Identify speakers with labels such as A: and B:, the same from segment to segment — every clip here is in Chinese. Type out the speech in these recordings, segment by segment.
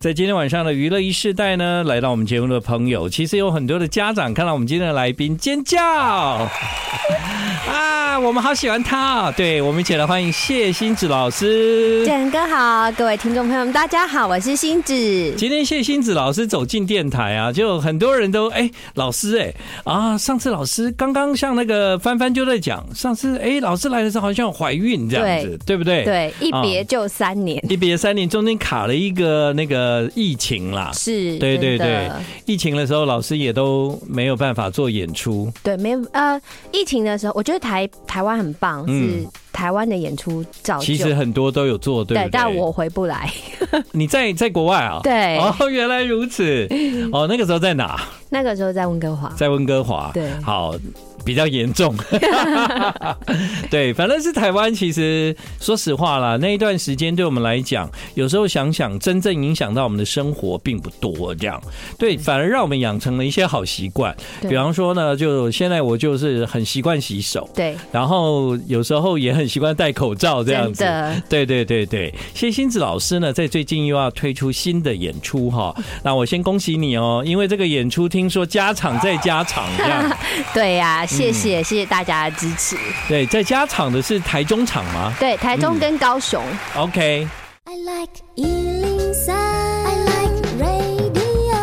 A: 在今天晚上的娱乐一世代呢，来到我们节目的朋友，其实有很多的家长看到我们今天的来宾尖 叫啊，我们好喜欢他哦。对，我们一起来欢迎谢欣子老师。
B: 整哥好，各位听众朋友们，大家好，我是星子。
A: 今天谢欣子老师走进电台啊，就很多人都哎、老师哎、啊，上次老师刚刚像那个帆帆就在讲，上次哎、老师来的时候好像有怀孕这样子，对不对？，
B: 对，一别
A: 啊
B: 就三年，
A: 一别三年中间卡了一个那个疫情啦，
B: 是，
A: 对对
B: 真的
A: 对，疫情的时候老师也都没有办法做演出，
B: 对，没有呃，疫情的时候，我觉得台台湾很棒，
A: 嗯
B: 是台湾的演出造就，
A: 其实很多都有做，对不
B: 对
A: 对？，
B: 但我回不来。
A: 你在在国外啊？。
B: 对，
A: 哦，原来如此。哦，那个时候在哪？
B: 那个时候在温哥华，
A: 在温哥华。
B: 对
A: 好，比较严 重。 对，反正是台湾。其实说实话啦，那一段时间对我们来讲，有时候想想，真正影响到我们的生活并不多。这样，对，反而让我们养成了一些好习惯。
B: 嗯对
A: 比方说呢，就现在我就是很习惯洗手。
B: 对，
A: 然后有时候也很习惯戴口罩这样
B: 真
A: 子。
B: 的，
A: 对对对对，谢欣子老师呢，在最近又要推出新的演出 哈。那我先恭喜你哦，因为这个演出听说加场再加场这 样。
B: 对呀、
A: 嗯
B: 谢谢、谢谢大家的支持。
A: 对，在加场的是台中场吗
B: 对，台中跟高雄，
A: ？OK，
C: I like Ealing Sound. I like radio.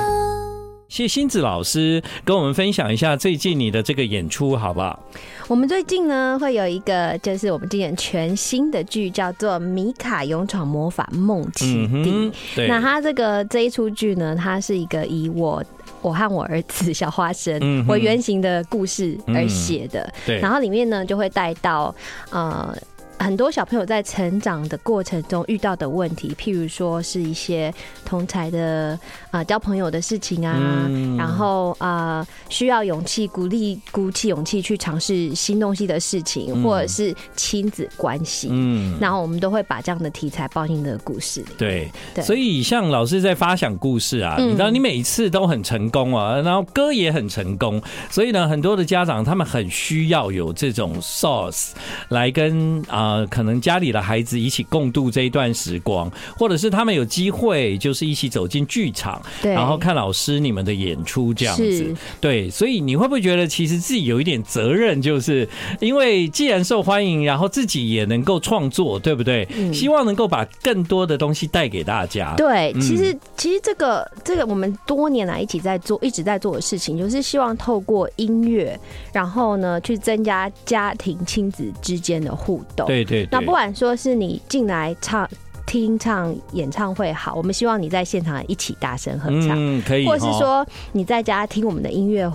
A: 谢欣子老师跟我们分享一下最近你的这个演出好不好？
B: 我们最近呢会有一个，就是我们今年全新的剧，叫做《米卡勇闯魔法梦奇
A: 嗯
B: 地》。
A: 哼，对，
B: 那他这个这一出剧呢，它是一个以我我和我儿子小花
A: 嗯
B: 生
A: 哼嗯
B: 为原型的故事而写的，
A: 对
B: 然，后里面呢就会带到呃。很多小朋友在成长的过程中遇到的问题，譬如说是一些同才的呃交朋友的事情啊，
A: 嗯
B: 然后呃需要勇气鼓励鼓起勇气去尝试新东西的事情，
A: 嗯
B: 或者是亲子关系，
A: 嗯，
B: 然后我们都会把这样的题材放进这个故事里。
A: 对，
B: 对
A: 所以像老师在发想故事啊，
B: 嗯
A: 你知道你每一次都很成功啊，然后歌也很成功，所以呢，很多的家长他们很需要有这种 source 来跟啊、呃可能家里的孩子一起共度这一段时光，或者是他们有机会就是一起走进剧场，
B: 对，
A: 然后看老师你们的演出这样子
B: 是。
A: 对，所以你会不会觉得其实自己有一点责任，就是因为既然受欢迎，然后自己也能够创作，对不对？
B: 嗯
A: 希望能够把更多的东西带给大家。
B: 对，
A: 嗯
B: 其实、其实这个这个我们多年来一起在做一直在做的事情，就是希望透过音乐，然后呢去增加家庭亲子之间的互动。，
A: 对对对，
B: 那不管说是你进来唱听唱演唱会好，我们希望你在现场一起大声合唱。
A: 嗯，可以，
B: 或是
A: 哦
B: 说你在家听我们的音乐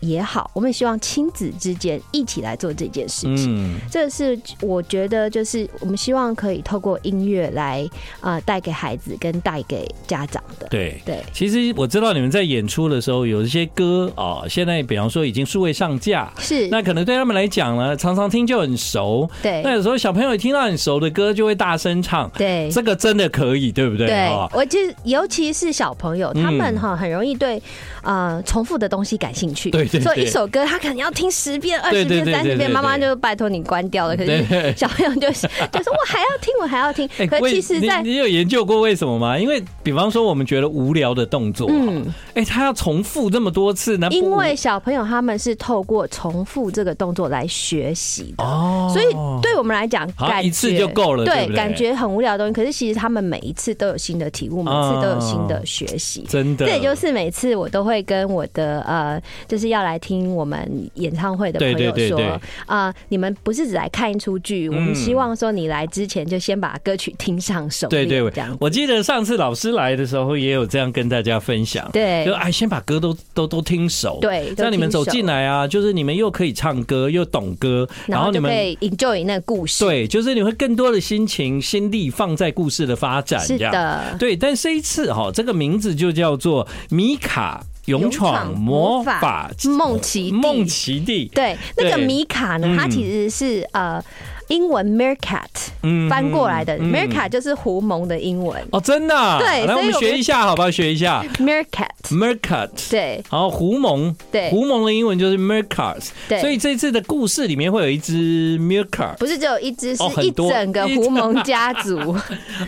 B: 也好，我们也希望亲子之间一起来做这件事情。
A: 嗯，
B: 这是我觉得，就是我们希望可以透过音乐来呃带给孩子跟带给家长的。
A: 对。
B: 对
A: 其实我知道你们在演出的时候，有一些歌哦，现在比方说已经数位上架，
B: 是，
A: 那可能对他们来讲呢，常常听就很熟。那
B: 对
A: 有时候小朋友一听到很熟的歌，就会大声唱，
B: 对
A: 这个真的可以，对不对？
B: 对
A: 哦，
B: 我其实尤其是小朋友，
A: 嗯
B: 他们哈很容易对呃重复的东西感兴趣。
A: 对对对
B: 所以一首歌他可能要听十遍、二
A: 对
B: 十
A: 对
B: 遍、
A: 对对
B: 三十
A: 对
B: 遍，
A: 对
B: 妈妈就拜托你关掉了。可是
A: 对
B: 小朋友就是就是我还要听，我还要听。
A: 哎
B: 可是
A: 为
B: 其实，在
A: 你你有研究过为什么吗？因为比方说我们觉得无聊的动作、嗯，
B: 嗯，
A: 哎、他要重复这么多次，那不
B: 因为小朋友他们是透过重复这个动作来学习的。
A: 哦，
B: 所以对我们来讲，
A: 好像
B: 感觉
A: 一次就够了对
B: 对
A: 不对
B: 感觉很无聊的东西，可是其实他们每一次都有新的体悟，每次都有新的学习。
A: 真的，
B: 这也就是每次我都会跟我的呃，就是要来听我们演唱会的朋友说，
A: 对对对对
B: 啊、你们不是只来看一出剧，我们希望说你来之前就先把歌曲听上手，
A: 对对，我
B: 这样
A: 我记得上次老师来的时候也有这样跟大家分享，
B: 对
A: 就哎先把歌都都都听熟，，
B: 对，
A: 让你们走进
B: 来，
A: 来啊，就是你们又可以唱歌又懂歌，
B: 然后
A: 你
B: 就可
A: 们。
B: 以 enjoy 那个故事，，
A: 对，就是你会更多的心情、心力放在故事的发展，
B: 是
A: 这样
B: 的。
A: 哎对，但这一次哈、这个名字就叫做米卡勇闯魔法
B: 勇闯魔法梦奇地
A: 梦奇地。
B: 对，那个
A: 对
B: 米卡呢
A: 嗯？
B: 它其实是、呃英文 meerkat
A: 嗯
B: 翻过来的、
A: 嗯
B: meerkat 就是狐獴的英文
A: 哦，真的啊、
B: 对
A: 来
B: 所以
A: 我们
B: 我
A: 学
B: 们
A: 一下，好不好？学一下
B: meerkat，
A: Mercat，
B: 对
A: 然后狐獴，
B: 对
A: 狐獴的英文就是 Mercat，
B: 对，
A: 所以这次的故事里面会有一只 Mercat，
B: 不是只有一只，是
A: 哦很
B: 一
A: 多
B: 整个狐獴家 族。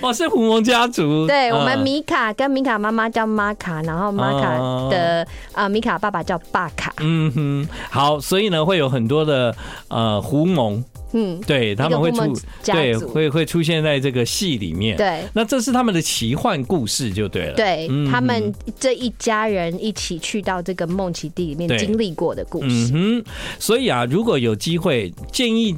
A: 哦，是狐獴家族，
B: 对我们
A: 嗯
B: 米卡跟米卡妈妈叫玛卡，然后玛
A: 哦
B: 卡的啊米卡爸爸叫巴卡。
A: 嗯哼，好，所以呢，会有很多的呃狐獴，
B: 嗯，
A: 对他们会
B: 一个狐
A: 出
B: 獴，家
A: 对，
B: 族
A: 会会出现在这个戏里面。，
B: 对
A: 那这是他们的奇幻故事就对了。，
B: 对
A: 嗯，
B: 他们这一家人一起去到这个梦奇地里面
A: 对
B: 经历过的故事。
A: 嗯哼，所以啊，如果有机会，建议。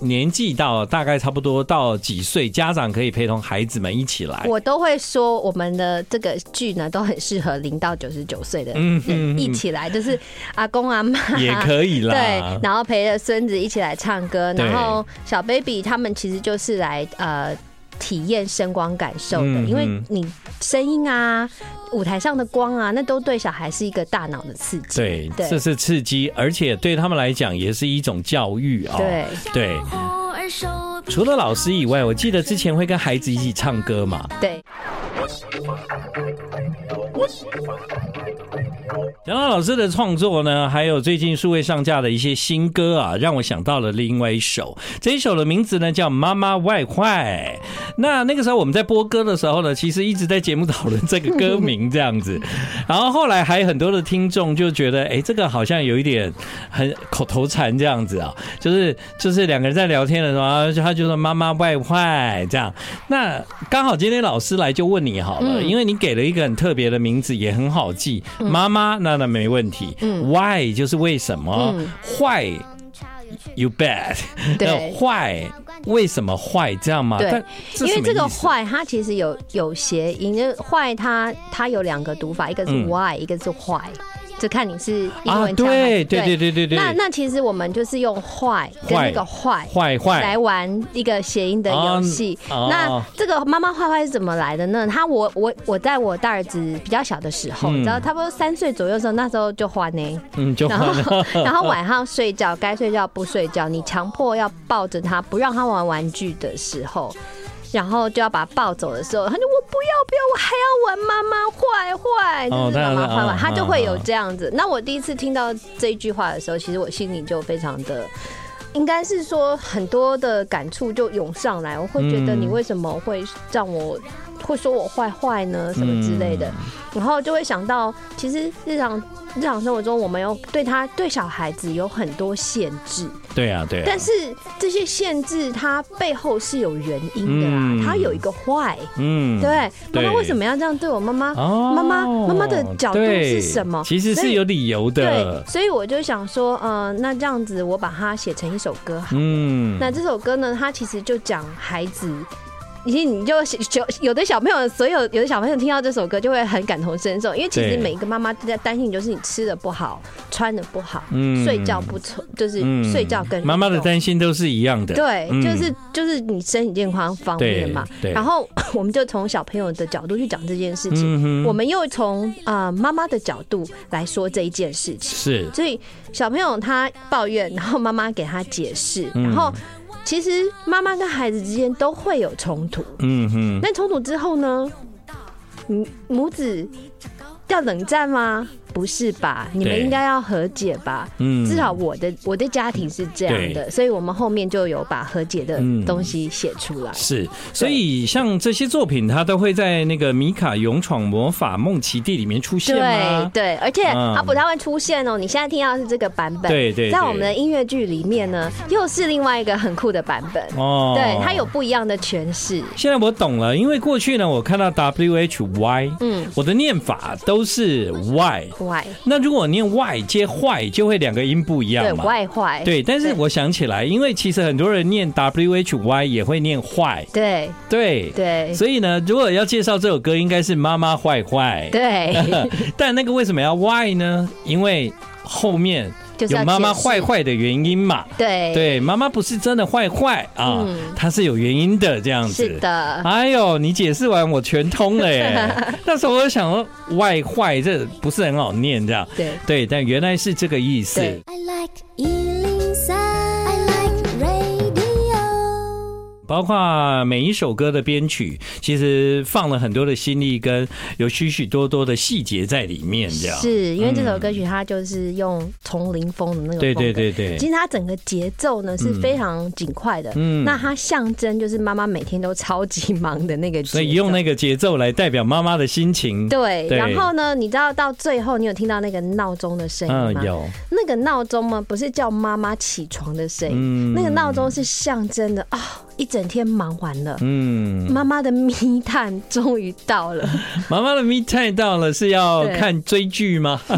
A: 年纪到大概差不多到几岁，家长可以陪同孩子们一起来。
B: 我都会说，我们的这个剧呢，都很适合零到九十九岁的
A: 嗯
B: 人
A: 嗯嗯
B: 一起来，就是阿公阿妈
A: 也可以啦。
B: 对，然后陪着孙子一起来唱歌，
A: 对
B: 然后小 baby 他们其实就是来呃体验声光感受的，
A: 嗯
B: 因为
A: 嗯
B: 你声音啊、舞台上的光啊，那都对小孩是一个大脑的刺激。
A: 对，
B: 对
A: 这是刺激，而且对他们来讲也是一种教育啊、
B: 对
A: 对，除了老师以外，我记得之前会跟孩子一起唱歌嘛。
B: 对，
A: 杨老老师的创作呢，还有最近数位上架的一些新歌啊，让我想到了另外一首。这一首的名字呢叫《妈妈外坏》。那那个时候我们在播歌的时候呢，其实一直在节目讨论这个歌名这样子。然后后来还有很多的听众就觉得，哎、这个好像有一点很口头禅这样子啊，就是就是两个人在聊天的时候，然后他就说妈妈外坏这样。那刚好今天老师来就问你好了，
B: 嗯
A: 因为你给了一个很特别的名字，也很好记，妈妈那那没问题、w h y 就是为什么，
B: 嗯
A: 坏、You bad，
B: 对
A: 呃坏为什么坏这样吗？
B: 对
A: 但
B: 因为
A: 什么
B: 这个
A: 意思
B: 坏它其实有有谐音，因为坏它它有两个读法，一个是
A: 嗯
B: why，、一个是坏，就看你是英
A: 啊，
B: 文腔还
A: 对
B: 是
A: 对对对对对，
B: 那那其实我们就是用坏跟
A: 坏
B: 那个坏
A: 坏坏
B: 来玩一个谐音的游戏。
A: 哦
B: 那这个妈妈坏坏是怎么来的呢？他我我我在我大儿子比较小的时候，
A: 嗯
B: 你知道差不多三岁左右的时候，那时候就换呢、
A: 嗯就
B: 然
A: 换了。
B: 后 然后晚上睡觉该睡觉不睡觉，你强迫要抱着他，不让他玩玩具的时候。然后就要把他抱走的时候，他就我不要不要，我还要玩妈妈坏坏，
A: 哦
B: 就是妈妈坏
A: 当然
B: 坏，
A: 了
B: 他就会有
A: 嗯嗯
B: 这样子。那我第一次听到这一句话的时候，其实我心里就非常的，应该是说很多的感触就涌上来，我会觉得
A: 嗯
B: 你为什么会让我会说我坏坏呢，什么之类
A: 嗯
B: 的。然后就会想到，其实日常日常生活中，我们有对他对小孩子有很多限制，
A: 对啊对啊，
B: 但是这些限制它背后是有原因的啦
A: 嗯，
B: 它有一个坏，
A: 嗯
B: 对，妈
A: 对
B: 妈为什么要这样对我？妈妈，
A: 哦
B: 妈妈妈妈的角度
A: 对
B: 是什么
A: 其实
B: 所
A: 是
B: 以
A: 有理由
B: 对
A: 的，，
B: 所以我就想说，嗯，那这样子我把它写成一首歌好。
A: 嗯，
B: 那这首歌呢，它其实就讲孩子。其实你就小有的小朋友，所有有的小朋友听到这首歌就会很感同身受，因为其实
A: 对
B: 每一个妈妈都在担心，就是你吃的不好，穿的不好，
A: 嗯
B: 睡觉不成，就是
A: 嗯
B: 睡觉跟
A: 妈妈的
B: 运动
A: 担心都是一样的，
B: 对，
A: 嗯
B: 就是就是你身体健康方面嘛
A: 对对。
B: 然后我们就从小朋友的角度去讲这件事情，
A: 嗯
B: 我
A: 哼，
B: 们又从啊妈妈的角度来说这一件事情。
A: 是
B: 所以小朋友他抱怨，然后妈妈给他解释，
A: 嗯
B: 然后其实妈妈跟孩子之间都会有冲突。
A: 嗯哼，
B: 那冲突之后呢？嗯，母子要冷战吗？不是吧？你们
A: 对
B: 应该要和解吧？
A: 嗯
B: 至少我的我的家庭是这样的，所以我们后面就有把和解的
A: 嗯
B: 东西写出来。
A: 是，所以像这些作品，它都会在那个《米卡勇闯魔法梦奇地》里面出现
B: 对
A: 吗？
B: 对，而且
A: 嗯
B: 它不太会出现哦。你现在听到的是这个版本，
A: 对对对
B: 在我们的音乐剧里面呢，又是另外一个很酷的版本。
A: 哦
B: 对，它有。不一样的诠释。
A: 现在我懂了，因为过去呢，我看到 W H Y，嗯
B: 嗯，
A: 我的念法都是 Y。
B: 外
A: 那如果我念 Y 接坏，就会两个音不一
B: 对
A: 样嘛。
B: 外坏，
A: 对，但是
B: 哎对
A: 我想起来，因为其实很多人念 W H Y 也会念坏，
B: 对
A: 对。
B: 对
A: 所以呢，如果要介绍这首歌，应该是妈妈坏坏。
B: 对，
A: 但那个为什么要 Y 呢？因为后面
B: 就是
A: 有
B: 要
A: 妈妈
B: 解释哎
A: 坏坏的原因嘛。
B: 对
A: 对，妈妈不是真的坏坏啊，她是有原因的这样子。
B: 嗯是。的，
A: 哎呦，你解释完我全通了 耶！那时候我就想说，外坏这不是很好念这样。
B: 对
A: 对，但原来是这个意思。
B: 对
C: I like Ealing Sound. I like radio.
A: 包括每一首歌的编曲，其实放了很多的心力，跟有许许多多的细节在里面，这样。嗯
B: 是因为这首歌曲它就是用丛林风的那个风
A: 对
B: 格，
A: 对对对
B: 其，实它整个节奏呢是非常紧快的，
A: 嗯
B: 那它象征就是妈妈每天都超级忙的那个节奏，
A: 所以用那个节奏来代表妈妈的心情。
B: 对，
A: 对
B: 然后呢，你知道到最后你有听到那个闹钟的声音
A: 嗯，
B: 吗？
A: 有，
B: 那个闹钟吗？不是叫妈妈起床的声音，
A: 嗯，
B: 那个闹，钟是象征的啊、一整天忙完了。
A: 嗯，
B: 妈妈的密探终于 到了，
A: 妈妈的 me time 到了，是要
B: 对
A: 看追剧吗？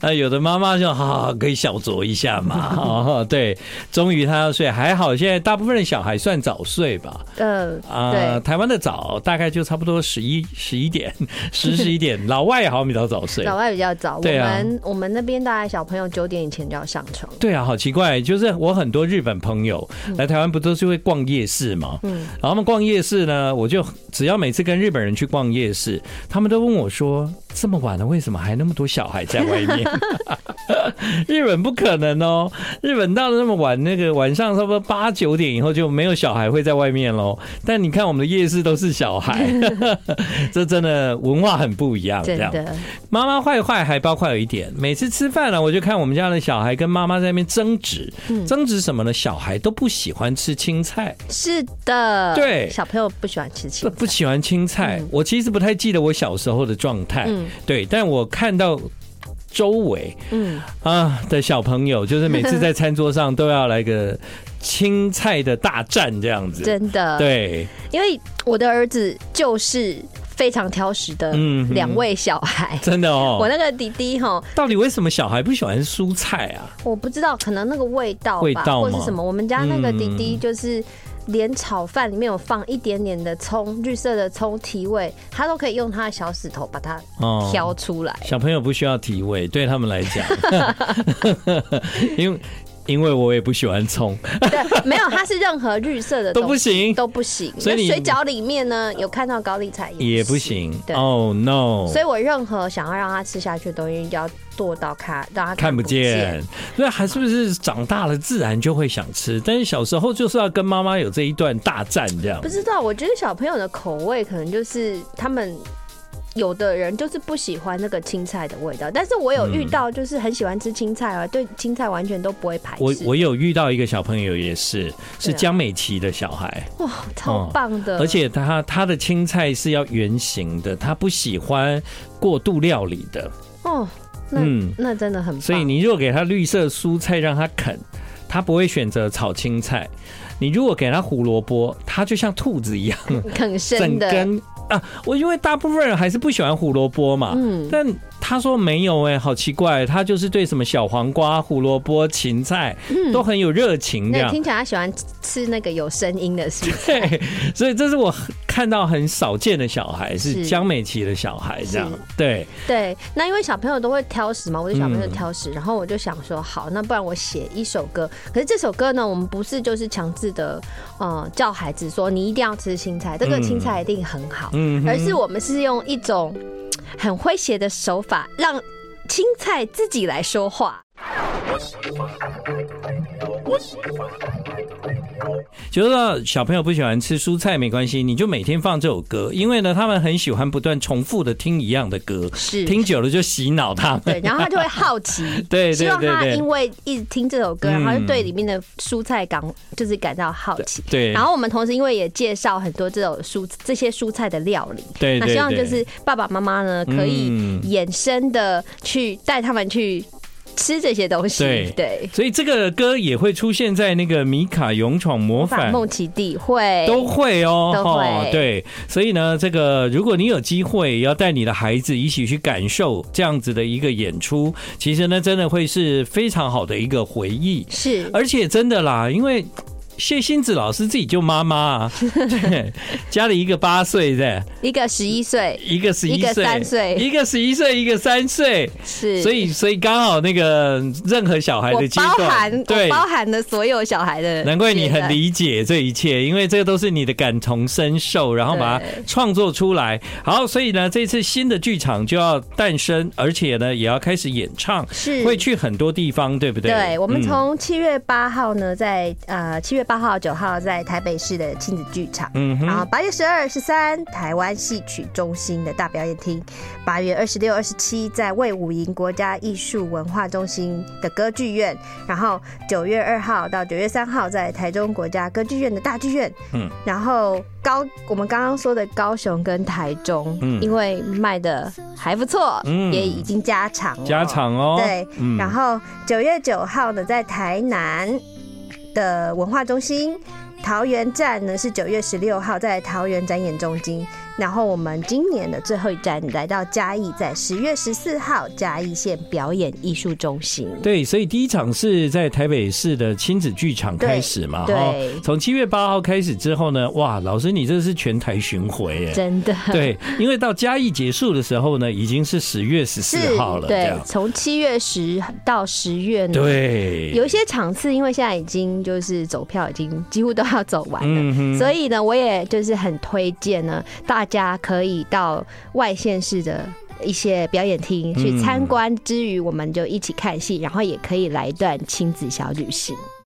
A: 啊，有的妈妈就好、啊可以小酌一下嘛。哦，对，终于她要睡，还好现在大部分的小孩算早睡吧。
B: 呃，
A: 啊、
B: 对，
A: 台湾的早大概就差不多十一十一点，十十一点，老外好像比较早睡。
B: 老外比较早，我
A: 对啊
B: 们我们那边大概小朋友九点以前就要上床，
A: 对啊，好奇怪，就是我很多日本朋友来台湾，不都是会逛夜市吗？嗯，然后他们逛夜市呢，我就只要每次跟日本人去逛夜市，他们都问我说：“这么晚了，为什么还那么多小孩在外面？”日本不可能哦，日本到了那么晚，那个晚上差不多八九点以后就没有小孩会在外面喽。但你看我们的夜市都是小孩，这真的文化很不一样，这
B: 真
A: 样。
B: 的，
A: 妈妈坏坏还包括有一点，每次吃饭了，我就看我们家的小孩跟妈妈在那边争执，
B: 嗯
A: 争执什么呢？小孩都不喜欢吃青菜，
B: 是的，
A: 对
B: 小朋友不喜欢吃青
A: 不
B: 菜，
A: 不喜欢青菜。我其实不太记得我小时候的状态，
B: 嗯
A: 对，但我看到。周围
B: 嗯，
A: 啊的小朋友，就是每次在餐桌上都要来个青菜的大战这样子，
B: 真的，
A: 对，
B: 因为我的儿子就是非常挑食的
A: 嗯哼
B: 两位小孩。
A: 真的
B: 我
A: 哦。
B: 那个弟弟哈，
A: 到底为什么小孩不喜欢蔬菜啊？
B: 我不知道，可能那个味道吧，
A: 味道
B: 或是
A: 吗
B: 什么。我们家那个弟弟
A: 嗯
B: 就是连炒饭里面有放一点点的葱，绿色的葱提味，他都可以用他的小指头把它
A: 哦
B: 挑出来。
A: 小朋友不需要体味，对他们来讲， 因为因为我也不喜欢葱，
B: 对，没有，它是任何绿色的
A: 都 不
B: 东西
A: 行，
B: 都不行。
A: 所以
B: 那
A: 你
B: 水饺里面呢，有看到高丽菜
A: 也不。行。
B: 对
A: 哦、no！
B: 所以我任何想要让他吃下去的东西，要剁到看，让他
A: 看
B: 不
A: 不
B: 见。
A: 见，那还是不是长大了自然就会想吃？但是小时候就是要跟妈妈有这一段大战，这样
B: 不知道，我觉得小朋友的口味可能就是他们有的人就是不喜欢那个青菜的味道，但是我有遇到就是很喜欢吃青菜啊，对青菜完全都不会排斥。
A: 我我有遇到一个小朋友也是，是
B: 对啊
A: 江美琪的小孩，
B: 哇，超棒的！
A: 哦而且他他的青菜是要圆形的，他不喜欢过度料理的。
B: 哦，那、
A: 嗯
B: 那真的很棒。
A: 所以你如果给他绿色蔬菜让他啃，他不会选择炒青菜；你如果给他胡萝卜，他就像兔子一样，
B: 很深
A: 整
B: 的，
A: 根啊！我因为大部分人还是不喜欢胡萝卜嘛，
B: 嗯，
A: 但他说没有哎、好奇怪，他就是对什么小黄瓜、胡萝卜、芹菜都很有热情这
B: 嗯那
A: 样。
B: 听起来他喜欢吃那个有声音的是不是？
A: 对，所以这是我看到很少见的小孩，是
B: 是
A: 江美琪的小孩这样
B: 是。
A: 对，
B: 对，那因为小朋友都会挑食嘛，我的小朋友
A: 嗯
B: 挑食，然后我就想说，好，那不然我写一首歌。可是这首歌呢，我们不是就是强制的，呃，叫孩子说你一定要吃青菜，这个
A: 嗯
B: 青菜一定很好，
A: 嗯哼，
B: 而是我们是用一种嘖很诙谐的手法，让青菜自己来说话。
A: 就是说小朋友不喜欢吃蔬菜没关系，你就每天放这首歌，因为呢，他们很喜欢不断重复的听一样的歌，
B: 是
A: 听久了就洗脑他们。，
B: 对，然后他就会好奇
A: 对对
B: 希望他
A: 对对
B: 因为一直听这首歌，然后
A: 嗯
B: 就对里面的蔬菜感就是感到好奇。
A: 对
B: 然后我们同时因为也介绍很多这种蔬这些蔬菜的料理，
A: 对
B: 那
A: 对
B: 希望就
A: 对
B: 是爸爸妈妈呢可以
A: 嗯
B: 衍生的去带他们去吃这些东西。
A: 对
B: 对，
A: 所以这个歌也会出现在那个米卡勇闯魔
B: 法
A: 法。
B: 梦奇地会
A: 都会哦，
B: 都会
A: 哦对，所以呢，这个如果你有机会要带你的孩子一起去感受这样子的一个演出，其实呢，真的会是非常好的一个回忆。
B: 是
A: 而且真的啦，因为谢欣子老师自己就妈妈、 啊，对，家里一个八岁的，
B: 一个十一岁，
A: 一个十一
B: 一个
A: 岁，
B: 三岁
A: 一个十一岁，一个三岁，
B: 是
A: 所以所以刚好那个任何小孩
B: 我
A: 的阶
B: 包含
A: 段，
B: 我
A: 对。
B: 包含了所有小孩的阶段，
A: 难怪你很理解这一切，因为这个都是你的感同身受，然后把它
B: 对
A: 创作出来。好，所以呢，这次新的剧场就要诞生，而且呢，也要开始演唱，
B: 是
A: 会去很多地方，对不对？
B: 对，我们
A: 嗯
B: 从七月八号呢，在呃七月八号、九号在台北市的亲子剧场，
A: 嗯
B: 然后
A: 哼，
B: 八月十二、十三台湾戏曲中心的大表演厅，八月二十六、二十七在魏武营国家艺术文化中心的歌剧院，然后九月二号到九月三号在台中国家歌剧院的大剧院，
A: 嗯，
B: 然后高我们刚刚说的高雄跟台中，
A: 嗯
B: 因为卖的还不错，
A: 嗯
B: 也已经加场了，
A: 加场哦，
B: 对，
A: 嗯
B: 然后九月九号呢，在台南的文化中心。桃园站呢是九月十六号在桃园展演中心，然后我们今年的最后一站来到嘉义，在十月十四号嘉义县表演艺术中心。
A: 对，所以第一场是在台北市的亲子剧场开始嘛，
B: 对
A: 哈
B: 对
A: 从七月八号开始之后呢，哇，老师你这是全台巡回耶。
B: 真的，
A: 对，因为到嘉义结束的时候呢，已经是十月十四号了，这
B: 对
A: 样，。
B: 从七月十到十月呢，
A: 对，
B: 有一些场次，因为现在已经就是走票已经几乎都要走完了，
A: 嗯哼
B: 所以呢，我也就是很推荐呢，大家可以到外县市的。一些表演厅
A: 嗯
B: 去参观之余，我们就一起看戏，然后也可以来一段亲子小旅行。